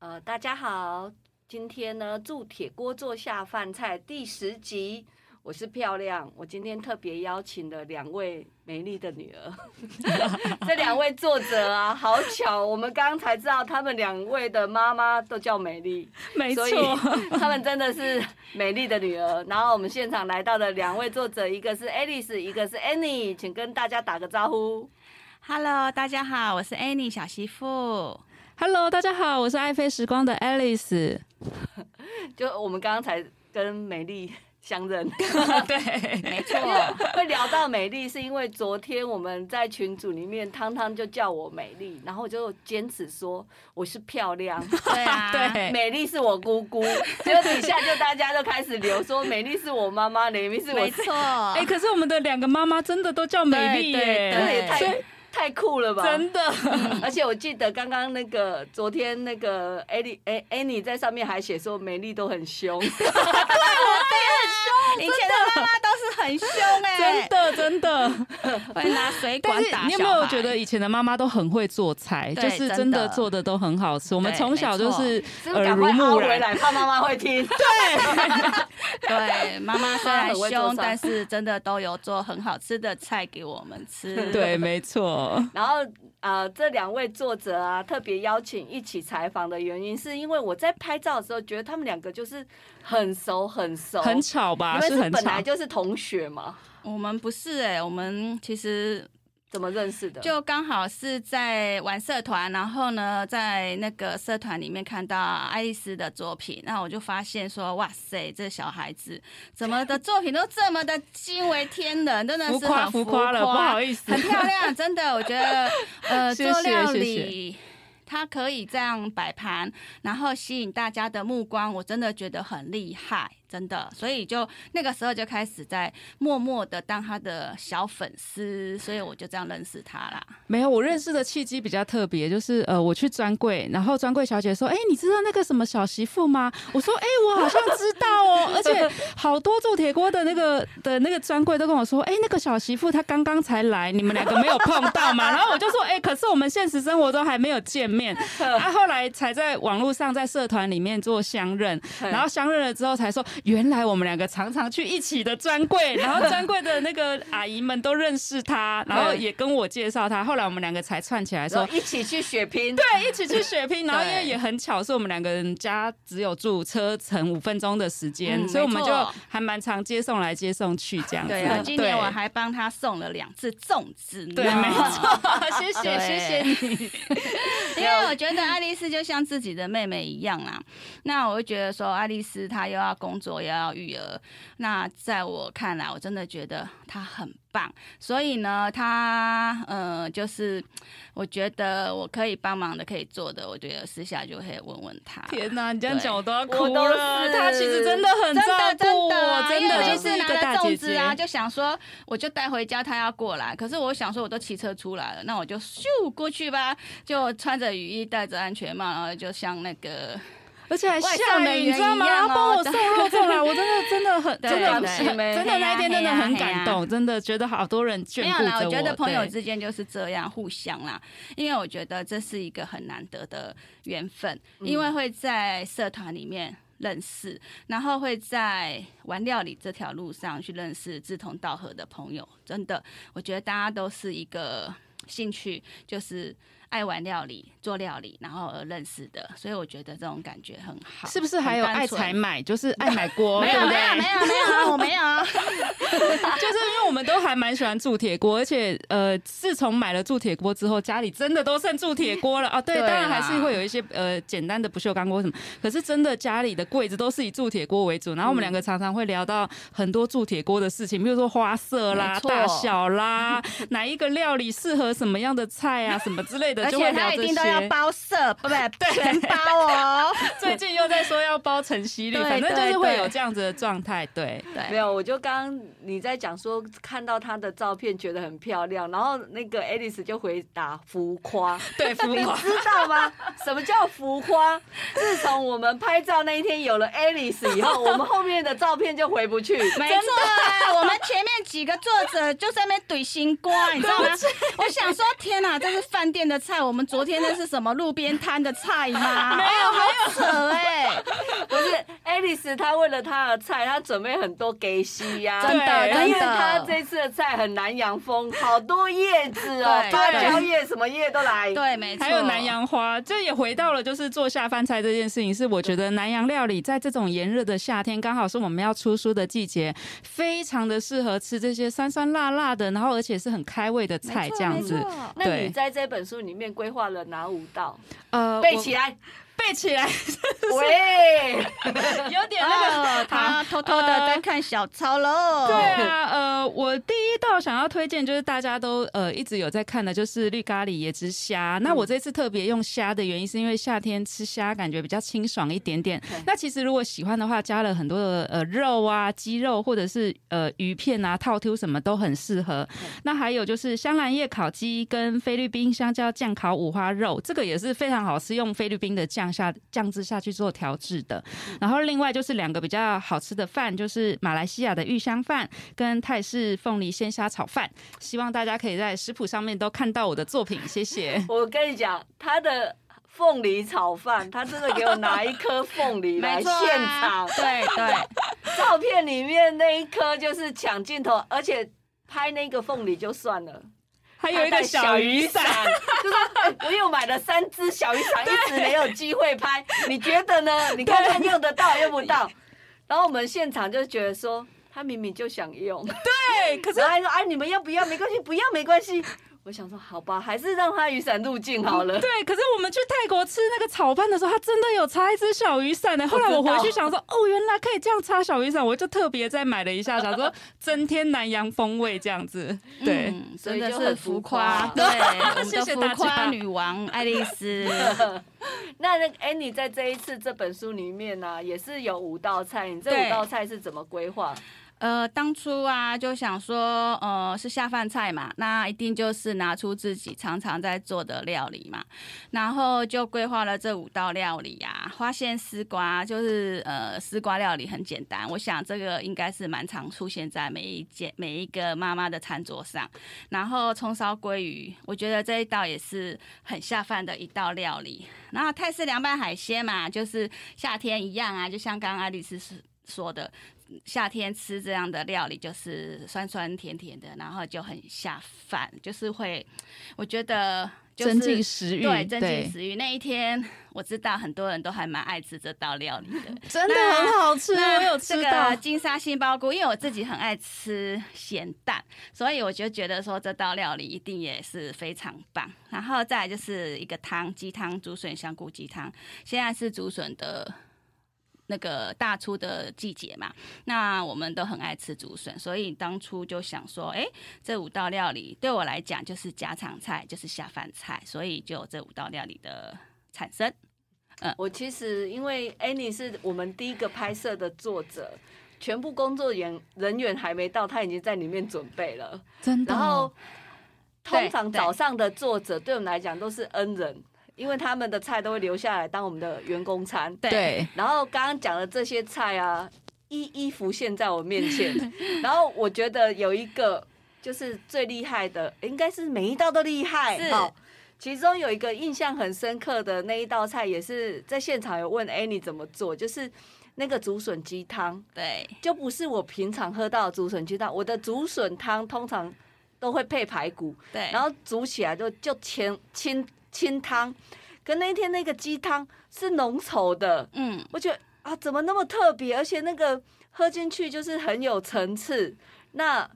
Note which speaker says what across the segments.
Speaker 1: 呃，大家好，今天呢，铸铁锅做下饭菜第十集，我是漂亮。我今天特别邀请了两位美丽的女儿， 这两位作者啊，好巧，我们刚才知道他们两位的妈妈都叫美丽，
Speaker 2: 没
Speaker 1: 所以他们真的是美丽的女儿。然后我们现场来到的两位作者，一个是 Alice，一个是 Annie，请跟大家打个招呼。
Speaker 2: Hello，大家好，我是 Annie 小媳妇。
Speaker 3: Hello，大家好，我是爱妃时光的 Alice。
Speaker 1: 就我们刚刚才跟美丽相认。
Speaker 2: 没错，
Speaker 1: 因为会聊到美丽，是因为昨天我们在群组里面，汤汤就叫我美丽，然后我就坚持说我是漂亮，
Speaker 2: 对啊，
Speaker 3: 对
Speaker 1: 美丽是我姑姑。结果底下就大家就开始留说美丽是我妈妈，美丽是我
Speaker 2: 没
Speaker 1: 自己，
Speaker 2: 错，
Speaker 3: 哎、可是我们的两个妈妈真的都叫美丽
Speaker 1: 这
Speaker 2: 对
Speaker 3: 耶，
Speaker 1: 也
Speaker 3: 所
Speaker 1: 太
Speaker 3: 以
Speaker 1: 太酷了吧！
Speaker 3: 真的。
Speaker 1: 而且我记得刚刚那个昨天那个 Annie 哎 Annie 在上面还写说美丽都很 凶，
Speaker 2: 以前的妈妈都是很凶
Speaker 3: 真
Speaker 2: 哎，
Speaker 3: 的真的，
Speaker 2: 会拿水
Speaker 3: 但
Speaker 2: 管
Speaker 3: 是
Speaker 2: 打
Speaker 3: 你有没
Speaker 2: 小
Speaker 3: 有
Speaker 2: 孩
Speaker 3: 觉得以前的妈妈都很会做菜，
Speaker 2: 对
Speaker 3: 就是
Speaker 2: 真
Speaker 3: 真的
Speaker 2: 的
Speaker 3: 做的都很好吃。我们
Speaker 2: 对
Speaker 3: 从小就是
Speaker 1: 是不是
Speaker 3: 耳
Speaker 1: 赶
Speaker 3: 濡
Speaker 1: 快凹
Speaker 3: 目
Speaker 1: 回
Speaker 3: 染，
Speaker 1: 来，怕妈妈会听。
Speaker 2: 对妈妈虽 然
Speaker 1: 妈妈很会做
Speaker 2: 凶，
Speaker 1: 菜
Speaker 2: 但是真的都有做很好吃的菜给我们吃。
Speaker 3: 对，没错，
Speaker 1: 然后呃，这两位作者啊，特别邀请一起采访的原因，是因为我在拍照的时候觉得他们两个就是很熟很熟，
Speaker 3: 很吵吧？
Speaker 1: 你们是
Speaker 3: 很
Speaker 1: 本来
Speaker 3: 吵，
Speaker 1: 就是同学嘛？
Speaker 2: 我们不是哎，我们其实
Speaker 1: 怎么认识的？
Speaker 2: 就刚好是在玩社团，然后呢，在那个社团里面看到爱丽丝的作品，那我就发现说，哇塞，这小孩子怎么的作品都这么的惊为天人，真的
Speaker 3: 浮
Speaker 2: 是
Speaker 3: 夸
Speaker 2: 很
Speaker 3: 浮夸了，不好意 思
Speaker 2: 很。漂亮，真的，我觉得，呃，
Speaker 3: 谢谢
Speaker 2: 做料
Speaker 3: 谢
Speaker 2: 理。它可以这样摆盘，然后吸引大家的目光，我真的觉得很厉害，真的。所以就那个时候就开始在默默的当他的小粉丝，所以我就这样认识他啦。
Speaker 3: 没有，我认识的契机比较特别，就是呃，我去专柜，然后专柜小姐说：“哎、你知道那个什么小媳妇吗？”我说：“哎、我好像知道哦。” 而且好多铸铁锅的那个的那个专柜都跟我说：“哎、那个小媳妇她刚刚才来，你们两个没有碰到吗？” 然后我就说：“哎、可是我们现实生活中还没有见面。”啊，后来才在网络上在社团里面做相认，然后相认了之后才说，原来我们两个常常去一起的专柜，然后专柜的那个阿姨们都认识他，然后也跟我介绍他，后来我们两个才串起来
Speaker 1: 然
Speaker 3: 说
Speaker 1: 后。一起去血拼，
Speaker 3: 对，一起去 血拼，然后因为
Speaker 2: 对
Speaker 3: 也很巧，是我们两个人家只有住车程五分钟的时间，
Speaker 2: 嗯
Speaker 3: 所以我们
Speaker 2: 没
Speaker 3: 就
Speaker 2: 错
Speaker 3: 还蛮常接送来接送去这样子。
Speaker 2: 对啊，今年我还帮他送了两次粽子呢。
Speaker 3: 对，没错，谢谢
Speaker 2: 对
Speaker 3: 谢谢你。
Speaker 2: 因为我觉得爱丽丝就像自己的妹妹一样啦。那我会觉得说，爱丽丝她又要工作又要育儿，那在我看来，我真的觉得她很棒。所以呢，她呃，就是我觉得我可以帮忙的、可以做的，我觉得私下就可以问问她。
Speaker 3: 天哪，你这样
Speaker 2: 对
Speaker 3: 讲我都要
Speaker 1: 我
Speaker 3: 哭
Speaker 1: 都
Speaker 3: 了。
Speaker 1: 是
Speaker 3: 他其实真的很
Speaker 2: 真
Speaker 3: 照
Speaker 2: 的
Speaker 3: 顾
Speaker 2: 真的
Speaker 3: 我
Speaker 2: 啊，，
Speaker 3: 真
Speaker 2: 因为
Speaker 3: 的
Speaker 2: 每
Speaker 3: 就是
Speaker 2: 次
Speaker 3: 一
Speaker 2: 拿
Speaker 3: 个
Speaker 2: 了
Speaker 3: 大姐
Speaker 2: 粽子
Speaker 3: 姐
Speaker 2: 啊，就想说我就带回家，她要过来。可是我想说，我都骑车出来了，那我就咻过去吧，就穿着雨衣，戴着安全帽，然后就像那个
Speaker 3: 而且还
Speaker 2: 外
Speaker 3: 下
Speaker 2: 送
Speaker 3: 雨，
Speaker 2: 人
Speaker 3: 你知道吗？
Speaker 2: 一样哦
Speaker 3: 他帮我送肉粽来，我真的真的很
Speaker 2: 对啊
Speaker 3: 真的
Speaker 1: 对
Speaker 3: 很
Speaker 1: 对
Speaker 3: 真的那一天真的很感
Speaker 2: 嘿呀嘿
Speaker 3: 动，真的觉得好多人眷
Speaker 2: 没
Speaker 3: 顾
Speaker 2: 有
Speaker 3: 着
Speaker 2: 啦，我觉得朋友
Speaker 3: 对
Speaker 2: 之间就是这样互相啦，因为我觉得这是一个很难得的缘分，因
Speaker 3: 嗯
Speaker 2: 为会在社团里面认识，然后会在玩料理这条路上去认识志同道合的朋友。真的，我觉得大家都是一个兴趣，就是爱玩料理、做料理，然后而认识的，所以我觉得这种感觉很好。
Speaker 3: 是不是还有
Speaker 2: 很单
Speaker 3: 爱
Speaker 2: 纯
Speaker 3: 采？买，就是爱 买锅，
Speaker 2: 没
Speaker 3: 对
Speaker 2: 有
Speaker 3: 不
Speaker 2: 没有
Speaker 3: 对
Speaker 2: 没有没有，我没有。 啊
Speaker 3: 就是因为我们都还蛮喜欢铸铁锅，而且呃，自从买了铸铁锅之后，家里真的都剩铸铁锅了啊。对，
Speaker 2: 对啦
Speaker 3: 当然还是会有一些呃简单的不锈钢锅什么，可是真的家里的柜子都是以铸铁锅为主。然后我们两个常常会聊到很多铸铁锅的事情，比如说花色啦
Speaker 2: 没、错
Speaker 3: 大小啦，哪一个料理适合什么样的菜啊，什么之类的，
Speaker 2: 而
Speaker 3: 就会
Speaker 2: 且
Speaker 3: 聊
Speaker 2: 他一
Speaker 3: 这
Speaker 2: 定都要
Speaker 3: 些。
Speaker 2: 包色，不不， 全包哦。
Speaker 3: 最近又在说要包晨曦绿，
Speaker 2: 对
Speaker 3: 反正就是
Speaker 2: 对
Speaker 3: 会
Speaker 2: 对
Speaker 3: 有这样子的状态。对，
Speaker 1: 没
Speaker 2: 对，
Speaker 1: 有，我就刚刚你在讲说看到她的照片觉得很漂亮，然后那个 Alice 就回答浮 夸，
Speaker 3: 对，浮
Speaker 1: 你
Speaker 3: 夸。
Speaker 1: 知道吗？什么叫浮夸？自从我们拍照那一天有了 Alice 以后，我们后面的照片就回不去。
Speaker 2: 没错啊，我们前面几个作者就在那边怼新瓜，你知道吗？我想说，天哪，这是饭店的菜，我们昨天那是什么路边摊的菜 吗？没有，好扯哎、
Speaker 1: 不是 Alice，她为了她的菜，她准备很多给西呀、
Speaker 2: 真的
Speaker 3: 对
Speaker 1: 因
Speaker 2: 真
Speaker 1: 为她
Speaker 2: 的。
Speaker 1: 这次的菜很南洋风，好多叶子哦，
Speaker 2: 对
Speaker 1: 芭
Speaker 3: 对
Speaker 1: 蕉叶什么叶都来。
Speaker 2: 对，没错。
Speaker 3: 还有南洋花，这也回到了就是做下饭菜这件事情，是我觉得南洋料理在这种炎热的夏天，刚好是我们要出书的季节，非常的适合吃这些酸酸辣辣的，然后而且是很开胃的菜
Speaker 2: 没错
Speaker 3: 这样子
Speaker 2: 没。错
Speaker 1: 那
Speaker 3: 对
Speaker 1: 你在这本书里面规划了哪五道？
Speaker 3: 呃，
Speaker 1: 背
Speaker 3: 我
Speaker 1: 起来，
Speaker 3: 背起来，
Speaker 1: 喂，
Speaker 3: 有点那个 啊
Speaker 2: 哦，他偷偷的在看小抄喽。
Speaker 3: 对啊，呃，我第一道想要推荐就是大家都呃一直有在看的，就是绿咖喱椰汁虾。那我这次特别用虾的原因，是因为夏天吃虾感觉比较清爽一点点
Speaker 1: 对。。
Speaker 3: 那其实如果喜欢的话，加了很多的呃肉啊、鸡肉或者是呃鱼片啊、套 Q 什么都很适合。那还有就是香兰叶烤鸡跟菲律宾香蕉酱烤五花肉，这个也是非常好吃，用菲律宾的酱下酱汁下去做调制的。然后另外就是两个比较好吃的饭，就是马来西亚的玉香饭跟泰式凤梨鲜虾炒饭。希望大家可以在食谱上面都看到我的作品，谢谢
Speaker 1: 我跟你讲，他的凤梨炒饭，他真的给我拿一颗凤梨来
Speaker 2: 没
Speaker 1: 现
Speaker 2: 错、
Speaker 1: 场，，
Speaker 2: 啊对 对，
Speaker 1: 照片里面那一颗就是抢镜头，而且拍那个凤梨就算了，
Speaker 3: 还
Speaker 1: 还
Speaker 3: 有一个小雨伞，，
Speaker 1: 就是哎我又买了三只小雨伞，一直没有机会拍，你觉得呢？你看看用得到用不到？然后我们现场就觉得说，他明明就想用，
Speaker 3: 对，可是
Speaker 1: 然后还说哎你们要不要？没关系，不要没关系。我想说，好吧，还是让他雨伞入镜好了。
Speaker 3: 对，可是我们去泰国吃那个炒饭的时候，他真的有插一只小雨伞欸呢。后来我回去想说，哦，原来可以这样插小雨伞，我就特别再买了一下，想说增添南洋风味这样子。对，
Speaker 2: 嗯
Speaker 1: 所以
Speaker 2: 真的
Speaker 1: 就是很
Speaker 2: 浮
Speaker 1: 浮夸，
Speaker 2: 夸对，我们
Speaker 3: 谢
Speaker 2: 的
Speaker 3: 谢
Speaker 2: 浮
Speaker 3: 大
Speaker 2: 夸
Speaker 3: 家
Speaker 2: 女王爱丽丝，
Speaker 1: 那那个 Annie 在这一次这本书里面呢、也是有五道菜，你这
Speaker 2: 对
Speaker 1: 五道菜是怎么规划？
Speaker 2: 呃，当初啊就想说，呃，是下饭菜嘛，那一定就是拿出自己常常在做的料理嘛，然后就规划了这五道料理啊，花鲜丝瓜就是呃丝瓜料理很简单，我想这个应该是蛮常出现在每一件每一个妈妈的餐桌上。然后葱烧鲑鱼，我觉得这一道也是很下饭的一道料理。然后泰式凉拌海鲜嘛，就是夏天一样啊，就像刚刚爱丽丝是说的，夏天吃这样的料理就是酸酸甜甜的，然后就很下饭，就是会，我觉得就是
Speaker 3: 增进食欲，
Speaker 2: 对增进食欲。那一天我知道很多人都还蛮爱吃这道料理的，
Speaker 3: 真的
Speaker 2: 那
Speaker 3: 很 好吃，
Speaker 2: 那
Speaker 3: 我有吃
Speaker 2: 这
Speaker 3: 到
Speaker 2: 个。金沙杏鲍菇，因为我自己很爱吃咸蛋，所以我就觉得说这道料理一定也是非常棒。然后再来就是一个汤，鸡汤竹笋香菇鸡汤，现在是竹笋的。那个大出的季节嘛，那我们都很爱吃竹笋，所以当初就想说，哎，这五道料理对我来讲就是家常菜，就是下饭菜，所以就有这五道料理的产生。嗯
Speaker 1: 我其实因为 Annie 是我们第一个拍摄的作者，全部工作人人员还没到，他已经在里面准备了。
Speaker 3: 真的
Speaker 1: 然
Speaker 3: 哦
Speaker 1: 后，通常
Speaker 2: 对对
Speaker 1: 早上的作者对我们来讲都是恩人，因为他们的菜都会留下来当我们的员工餐。
Speaker 2: 对
Speaker 3: 对，
Speaker 1: 然后刚刚讲的这些菜啊，一一浮现在我面前。 然后我觉得有一个就是最厉害的，应该是每一道都厉害。
Speaker 2: 是
Speaker 1: 好其中有一个印象很深刻的那一道菜，也是在现场有问 Annie 怎么做，就是那个竹笋鸡汤，
Speaker 2: 对，
Speaker 1: 就不是我平常喝到的竹笋鸡汤。我的竹笋汤通常都会配排骨，
Speaker 2: 对，
Speaker 1: 然后煮起来就就清清清汤。可那一天那个鸡汤是浓稠的，
Speaker 2: 嗯，
Speaker 1: 我觉得啊，怎么那么特别？而且那个喝进去就是很有层次。那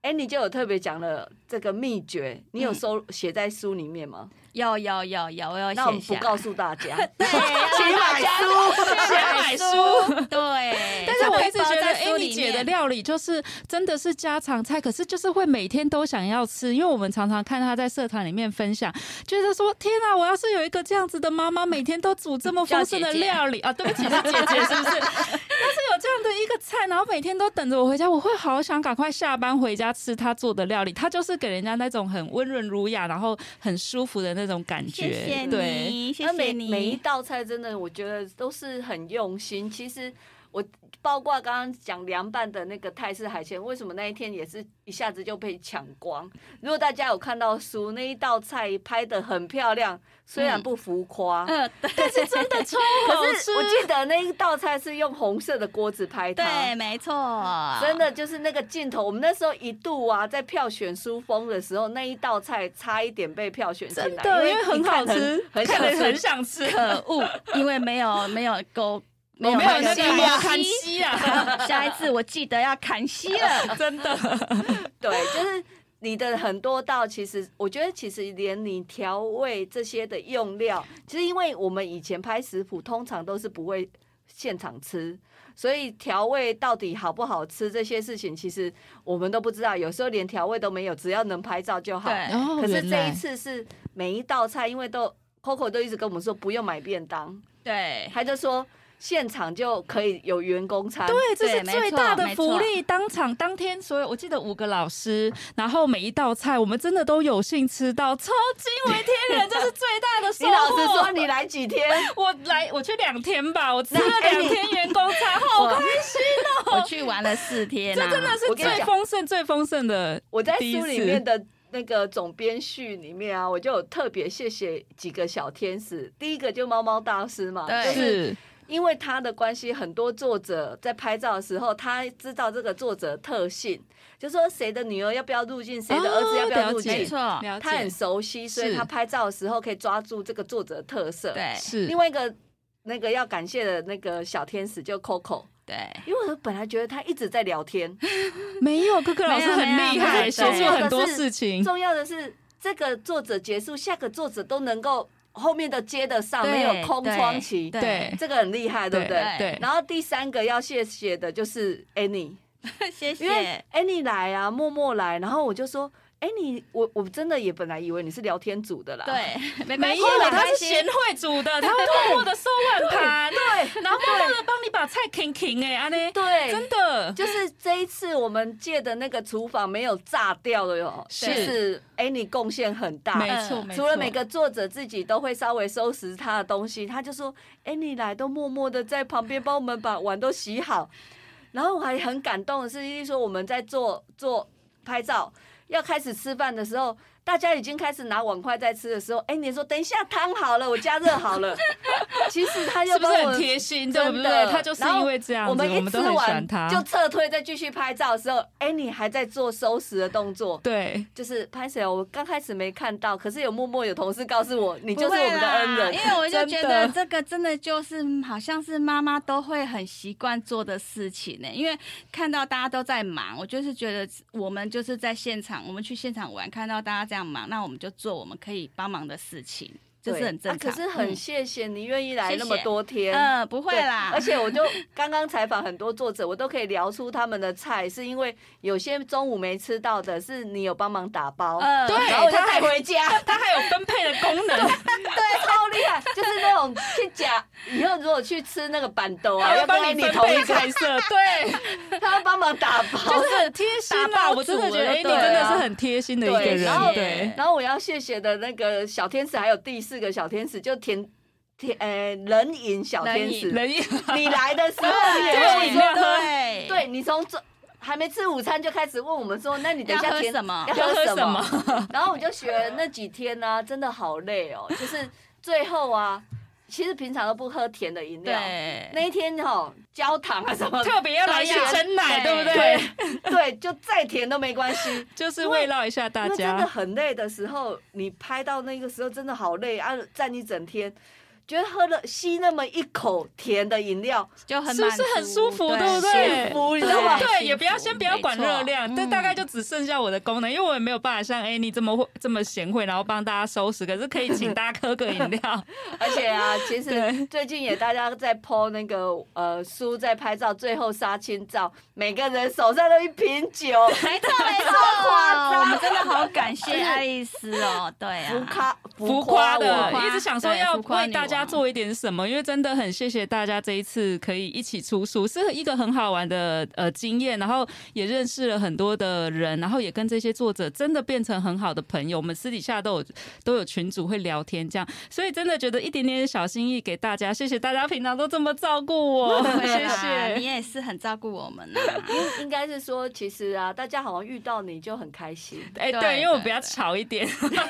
Speaker 1: 哎，你就有特别讲了这个秘诀，你有收写在书里面吗？
Speaker 2: 要要要要，嗯我要
Speaker 1: 那我
Speaker 2: 写
Speaker 1: 们不
Speaker 2: 下。
Speaker 1: 告诉大家，
Speaker 2: 对，
Speaker 1: 请买书，
Speaker 2: 要
Speaker 3: 买书
Speaker 2: 书，对。
Speaker 3: 但是我一直觉得，
Speaker 2: 在
Speaker 3: 哎、
Speaker 2: 书里
Speaker 3: 你姐的
Speaker 2: 面
Speaker 3: 料理就是真的是家常菜，可是就是会每天都想要吃，因为我们常常看她在社团里面分享，觉得说天啊，我要是有一个这样子的妈妈，每天都煮 这么丰盛的料理啊，对不起，是姐姐是不是？ 要是有这样的一个菜，然后每天都等着我回家，我会好想赶快下班回家吃她做的料理，她就是给人家那种很温润儒雅，然后很舒服的那种感
Speaker 2: 谢
Speaker 3: 觉，
Speaker 2: 谢
Speaker 3: 对。
Speaker 2: 你， 谢
Speaker 1: 那
Speaker 2: 谢
Speaker 1: 每每一
Speaker 2: 你。
Speaker 1: 道菜真的，我觉得都是很用心。其实我包括刚刚讲凉拌的那个泰式海鲜，为什么那一天也是一下子就被抢光？如果大家有看到书，那一道菜拍的很漂亮，虽
Speaker 2: 嗯
Speaker 1: 然不浮夸。
Speaker 2: 呃，对，是真的错。
Speaker 1: 可是我记得那一道菜是用红色的锅子拍它，
Speaker 2: 对，没错，
Speaker 1: 真的就是那个镜头，我们那时候一度啊，在票选书风的时候，那一道菜差一点被票选进
Speaker 3: 真
Speaker 1: 来，
Speaker 3: 的，因
Speaker 1: 因
Speaker 3: 为很
Speaker 1: 一
Speaker 3: 好
Speaker 1: 看
Speaker 3: 吃，
Speaker 1: 很想
Speaker 3: 看了
Speaker 1: 吃
Speaker 3: 很。想吃，
Speaker 2: 可恶，因为没有没有勾，没
Speaker 3: 我没有那
Speaker 2: 西
Speaker 3: 个
Speaker 2: 西
Speaker 3: 韩西啊，
Speaker 2: 下一次我记得要砍西了。
Speaker 3: 真的。
Speaker 1: 对，就是你的很多道，其实我觉得，其实连你调味这些的用料，其实因为我们以前拍食谱，通常都是不会现场吃，所以调味到底好不好吃这些事情，其实我们都不知道，有时候连调味都没有，只要能拍照就好。
Speaker 2: 对
Speaker 3: 哦
Speaker 1: 哎可是
Speaker 3: 原
Speaker 1: 这一
Speaker 3: 来
Speaker 1: 次是每一道菜，因为都 Coco 都一直跟我们说不用买便当，
Speaker 2: 对，
Speaker 1: 他就说现场就可以有员工餐。
Speaker 3: 对，这是
Speaker 2: 对没
Speaker 3: 最
Speaker 2: 错
Speaker 3: 大的
Speaker 2: 没
Speaker 3: 福
Speaker 2: 错
Speaker 3: 利。当场当天，所有我记得五个老师，然后每一道菜我们真的都有幸吃到，超惊为天人，这是最大的收
Speaker 1: 你老实
Speaker 3: 获
Speaker 1: 说，。你来几天？
Speaker 3: 我来，我去两天吧，我吃了
Speaker 1: 那哎
Speaker 3: 两
Speaker 1: 你
Speaker 3: 天员工餐，好开心
Speaker 2: 我去玩了四天啊，
Speaker 3: 这真的
Speaker 1: 我
Speaker 3: 是
Speaker 1: 跟你
Speaker 3: 最
Speaker 1: 讲
Speaker 3: 丰盛、最丰盛的。
Speaker 1: 我在
Speaker 3: 第一
Speaker 1: 书里
Speaker 3: 次
Speaker 1: 面的那个总编序里面啊，我就有特别谢谢几个小天使。第一个就猫猫大师嘛，
Speaker 2: 对
Speaker 1: 就是
Speaker 3: 是
Speaker 1: 因为他的关系，很多作者在拍照的时候，他知道这个作者特性，就说谁的女儿要不要入境，谁的儿子要不要入
Speaker 3: 哦了解
Speaker 1: 境
Speaker 2: 没，错，
Speaker 3: 了
Speaker 1: 他很
Speaker 3: 解，
Speaker 1: 熟悉，所以
Speaker 3: 是
Speaker 1: 他拍照的时候可以抓住这个作者的特色。，
Speaker 2: 对
Speaker 3: 是
Speaker 1: 另外一个那个要感谢的那个小天使就 Coco，
Speaker 2: 对。
Speaker 1: 因为我本来觉得他一直在聊天。
Speaker 3: 没有哥哥老
Speaker 2: 没
Speaker 3: 师
Speaker 2: 有
Speaker 3: 很
Speaker 2: 没有
Speaker 3: 厉
Speaker 2: 没有
Speaker 3: 害，
Speaker 2: 对
Speaker 3: 说出
Speaker 2: 重要
Speaker 1: 的
Speaker 3: 很多
Speaker 1: 是
Speaker 3: 事情。
Speaker 1: 重要的是，这个作者结束，下个作者都能够后面的接得上，没
Speaker 2: 对
Speaker 1: 有空窗期，
Speaker 2: 对
Speaker 3: 对
Speaker 1: 这个很厉害，对不对？
Speaker 3: 对，
Speaker 1: 然后第三个要谢谢的就是 Annie，
Speaker 2: 谢
Speaker 1: 因为
Speaker 2: 谢。
Speaker 1: Annie 来啊，默默来，然后我就说。Annie，我我真的也本来以为你是聊天组的啦，
Speaker 2: 对，没关
Speaker 3: 没
Speaker 2: 系，
Speaker 1: 啊
Speaker 3: 有，啊
Speaker 2: 没
Speaker 3: 他是
Speaker 2: 关系
Speaker 3: 贤惠煮的，他默默的收碗盘，
Speaker 1: 对
Speaker 3: 然后默默的帮你把菜啃啃哎，安呢，真
Speaker 1: 对，
Speaker 3: 的
Speaker 1: 就是这一次我们借的那个厨房没有炸掉的哟，
Speaker 3: 是
Speaker 1: 其实 Annie 贡献很大，
Speaker 3: 没
Speaker 2: 嗯
Speaker 3: 错，没
Speaker 1: 啊除了
Speaker 3: 错
Speaker 1: 每个作者自己都会稍微收拾他的东西，他就说：“哎、你来都默默的在旁边帮我们把碗都洗好。”然后我还很感动的是，就是说我们在做做拍照要开始吃饭的时候，大家已经开始拿碗筷在吃的时候，哎、你说等一下汤好了，我加热好 了。其实他又
Speaker 3: 是不
Speaker 1: 帮
Speaker 3: 是
Speaker 1: 我
Speaker 3: 很贴心？ 对
Speaker 1: 真
Speaker 3: 不
Speaker 1: 的
Speaker 3: 对？他就是因为这样
Speaker 1: 我
Speaker 3: 子，我
Speaker 1: 们一吃
Speaker 3: 都很喜欢
Speaker 1: 完
Speaker 3: 他。
Speaker 1: 就撤退，再继续拍照的时候，哎、你还在做收拾的动作。
Speaker 3: 对，
Speaker 1: 就是拍谁哦，我刚开始没看到，可是有默默有同事告诉我，你
Speaker 2: 你
Speaker 1: 就是我们的恩人
Speaker 2: 因。为我就觉得
Speaker 3: 真的
Speaker 2: 这个真的就是好像是妈妈都会很习惯做的事情呢、因为看到大家都在忙，我就是觉得我们就是在现场，我们去现场玩，看到大家这样忙，那我们就做我们可以帮忙的事情，这
Speaker 1: 对
Speaker 2: 是很正常。
Speaker 1: 啊可是很
Speaker 2: 嗯
Speaker 1: 谢谢你愿意来
Speaker 2: 谢谢
Speaker 1: 那么多天。
Speaker 3: 嗯
Speaker 2: 呃不会
Speaker 1: 对
Speaker 2: 啦，
Speaker 1: 而且我就刚刚采访很多作者，我都可以聊出他们的菜，是因为有些中午没吃到的，是你有帮忙打包，
Speaker 2: 呃
Speaker 3: 对
Speaker 1: 然后我就
Speaker 3: 嗯他
Speaker 1: 带
Speaker 3: 还
Speaker 1: 回 家，
Speaker 3: 他还有分配的功
Speaker 1: 对，
Speaker 3: 能，
Speaker 1: 超厉害，就是那种去夹，以后如果去吃那个板豆啊，
Speaker 3: 还
Speaker 1: 要
Speaker 3: 会
Speaker 1: 跟
Speaker 3: 帮你
Speaker 1: 你
Speaker 3: 分
Speaker 1: 同一
Speaker 3: 配
Speaker 1: 个，
Speaker 3: 菜色，对，
Speaker 1: 他会帮忙打包，
Speaker 3: 就是很贴心
Speaker 2: 打
Speaker 3: 啊！
Speaker 2: 包
Speaker 3: 我真的觉得，
Speaker 2: 组
Speaker 3: 哎，
Speaker 2: 了
Speaker 3: 你
Speaker 2: 就
Speaker 3: 真
Speaker 2: 对
Speaker 3: 的
Speaker 2: 啊
Speaker 3: 是很贴心的一个
Speaker 1: 对
Speaker 3: 人
Speaker 1: 然后，
Speaker 3: 对，
Speaker 1: 然后我要谢谢的那个小天使，还有第四个小天使，就甜甜呃冷饮小天使。
Speaker 3: 人也
Speaker 1: 你来的时候，你也
Speaker 3: 对
Speaker 1: 问
Speaker 3: 饮料
Speaker 1: 我说，
Speaker 3: 喝
Speaker 2: 对
Speaker 1: 对你从这还没吃午餐就开始问我们说，那你等一
Speaker 2: 要
Speaker 1: 下
Speaker 2: 喝
Speaker 1: 甜
Speaker 2: 什么
Speaker 1: 要
Speaker 3: 要
Speaker 1: 喝
Speaker 3: 喝
Speaker 1: 什
Speaker 3: 什
Speaker 1: 么？
Speaker 3: 么？
Speaker 1: 然后我就学那几天呢、真的好累哦，就是最后啊，其实平常都不喝甜的饮料，
Speaker 2: 对，
Speaker 1: 那一天哦，焦糖啊什么的。
Speaker 3: 特别要来一些真奶，对不对？
Speaker 1: 对 对，就再甜都没关系，
Speaker 3: 就是慰劳一下大
Speaker 1: 因为真的
Speaker 3: 家。
Speaker 1: 很累的时候，你拍到那个时候真的好累啊，站一整天，觉得喝了吸那么一口甜的饮料，
Speaker 2: 就很
Speaker 3: 是不是
Speaker 2: 满
Speaker 3: 很
Speaker 2: 足
Speaker 3: 舒服
Speaker 2: 对
Speaker 3: 对不对
Speaker 1: 幸福，你知道吗？
Speaker 2: 对
Speaker 3: 对，
Speaker 1: 幸
Speaker 3: 也不要
Speaker 1: 福
Speaker 3: 先不要管
Speaker 1: 没错
Speaker 3: 热量，这
Speaker 2: 嗯
Speaker 3: 大概就只剩下我的功能，因为我也没有办法像 Annie 这么会这么贤惠，然后帮大家收拾。可是可以请大家喝个饮料，
Speaker 1: 而且啊，其
Speaker 3: 对
Speaker 1: 实最近也大家在 po 那个呃书在拍照，最后杀青照，每个人手上都一瓶 酒，
Speaker 2: 没错没错，我们真的好感谢爱丽丝哦，对
Speaker 1: 浮
Speaker 2: 啊，
Speaker 1: 夸
Speaker 3: 浮
Speaker 1: 夸
Speaker 3: 夸
Speaker 1: 我
Speaker 3: 的，
Speaker 2: 浮夸
Speaker 3: 一直想说
Speaker 2: 对
Speaker 3: 要
Speaker 2: 浮夸啊
Speaker 3: 为
Speaker 2: 女
Speaker 3: 大家
Speaker 2: 王
Speaker 3: 做一点什么，因为真的很谢谢大家这一次可以一起出书，是一个很好玩的呃经验，然后也认识了很多的人，然后也跟这些作者真的变成很好的朋友，我们私底下都有都有群组会聊天这样，所以真的觉得一点点小心意给大家，谢谢大家平常都这么照顾 我，
Speaker 2: 对
Speaker 3: 谢
Speaker 2: 啦
Speaker 3: 谢
Speaker 2: 你。也是很照顾我们呐、啊。
Speaker 1: 应该是说，其实啊，大家好像遇到你就很开心。
Speaker 3: 哎、
Speaker 2: 对
Speaker 3: 对，因为我
Speaker 2: 对
Speaker 3: 比较
Speaker 2: 对
Speaker 3: 吵一点，真的，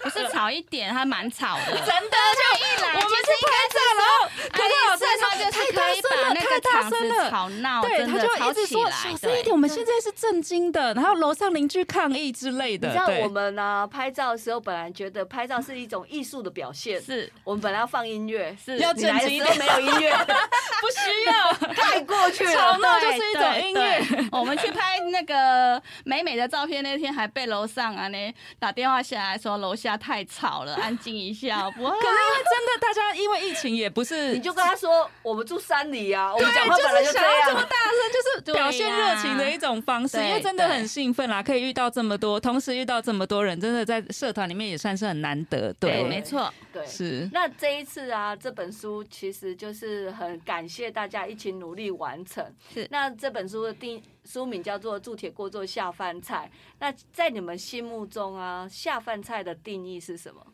Speaker 2: 不是吵一点，他蛮吵的。
Speaker 3: 而且
Speaker 2: 来
Speaker 3: 我们
Speaker 2: 就是哎
Speaker 3: 是拍照，然后可
Speaker 2: 爱丽丝
Speaker 3: 是我真的
Speaker 2: 她就是
Speaker 3: 太
Speaker 2: 可以把
Speaker 3: 大声了
Speaker 2: 那
Speaker 3: 太
Speaker 2: 个
Speaker 3: 大
Speaker 2: 场
Speaker 3: 声
Speaker 2: 子
Speaker 3: 了
Speaker 2: 吵闹，
Speaker 1: 哦
Speaker 3: 对，
Speaker 2: 真
Speaker 3: 他
Speaker 2: 的
Speaker 3: 就
Speaker 2: 吵
Speaker 3: 一直
Speaker 2: 起
Speaker 3: 说
Speaker 2: 来
Speaker 3: 小声
Speaker 2: 对
Speaker 3: 一点，我们现在是震惊的，然后楼上邻居抗议之类
Speaker 1: 你
Speaker 3: 的
Speaker 1: 知道。我
Speaker 3: 对，
Speaker 1: 们呢、拍照的时候，本来觉得拍照是一种艺术的表现，
Speaker 2: 是
Speaker 1: 我们本来要放音乐，
Speaker 2: 是
Speaker 3: 要
Speaker 1: 你来
Speaker 3: 正
Speaker 1: 的
Speaker 3: 经一
Speaker 1: 时
Speaker 3: 点
Speaker 1: 候没有音乐，
Speaker 3: 不需要
Speaker 1: 太过 去
Speaker 3: 吵
Speaker 1: 了。
Speaker 3: 闹就是一种
Speaker 2: 对
Speaker 3: 音乐。
Speaker 2: 对我们去拍那个美美的照片那天，还被楼上啊呢打电话下来说楼下太吵了，安静一下，不会
Speaker 3: 可是因为真的，大家因为疫情也不是，
Speaker 1: 你就跟他说，我们住山里啊，我们讲
Speaker 3: 对，
Speaker 1: 话本来
Speaker 3: 就是
Speaker 1: 这
Speaker 3: 想要这么
Speaker 1: 样。
Speaker 3: 大声，就是
Speaker 2: 对
Speaker 1: 啊
Speaker 3: 表现热情的一种方式。
Speaker 2: 呀
Speaker 3: 因为真的很兴奋啦，可以遇到这么多，同时遇到这么多人，真的在社团里面也算是很难得。
Speaker 2: 对，
Speaker 1: 对
Speaker 2: 没错，
Speaker 1: 对，
Speaker 3: 是。
Speaker 1: 那这一次啊，这本书其实就是很感谢大家一起努力完成。
Speaker 2: 是
Speaker 1: 那这本书的定书名叫做《铸铁锅做下饭菜》。那在你们心目中啊，下饭菜的定义是什么？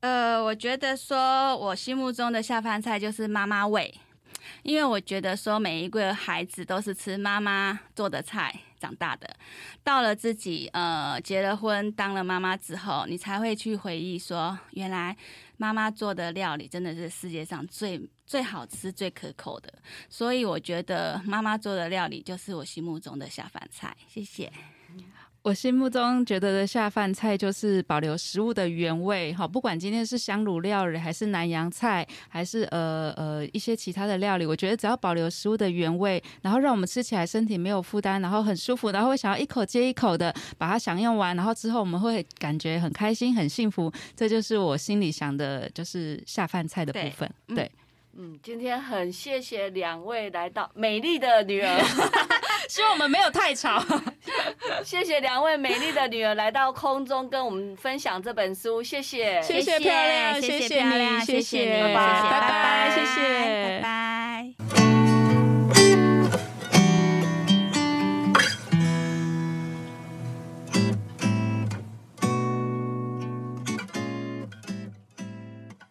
Speaker 2: 呃，我觉得说我心目中的下饭菜就是妈妈味，因为我觉得说每一个孩子都是吃妈妈做的菜长大的，到了自己呃结了婚当了妈妈之后，你才会去回忆说，原来妈妈做的料理真的是世界上最最好吃、最可口的。所以我觉得妈妈做的料理就是我心目中的下饭菜。谢谢。
Speaker 3: 我心目中觉得的下饭菜就是保留食物的原味，好，不管今天是香卤料理，还是南洋菜，还是呃呃一些其他的料理，我觉得只要保留食物的原味，然后让我们吃起来身体没有负担，然后很舒服，然后会想要一口接一口的把它享用完，然后之后我们会感觉很开心、很幸福，这就是我心里想的，就是下饭菜的部
Speaker 2: 对
Speaker 3: 分。
Speaker 2: 嗯
Speaker 3: 对，
Speaker 1: 嗯，今天很谢谢两位来到美丽的女 儿，
Speaker 3: 希望我们没有太吵。
Speaker 1: 谢谢两位美丽的女儿来到空中跟我们分享这本书，谢谢，
Speaker 3: 谢谢漂
Speaker 2: 谢
Speaker 3: 亮谢谢
Speaker 2: 漂亮，
Speaker 3: 你
Speaker 2: 谢
Speaker 3: 谢
Speaker 2: 你
Speaker 3: 谢
Speaker 1: 拜
Speaker 2: 谢
Speaker 1: 拜
Speaker 2: 拜
Speaker 3: 拜谢谢
Speaker 2: 拜拜。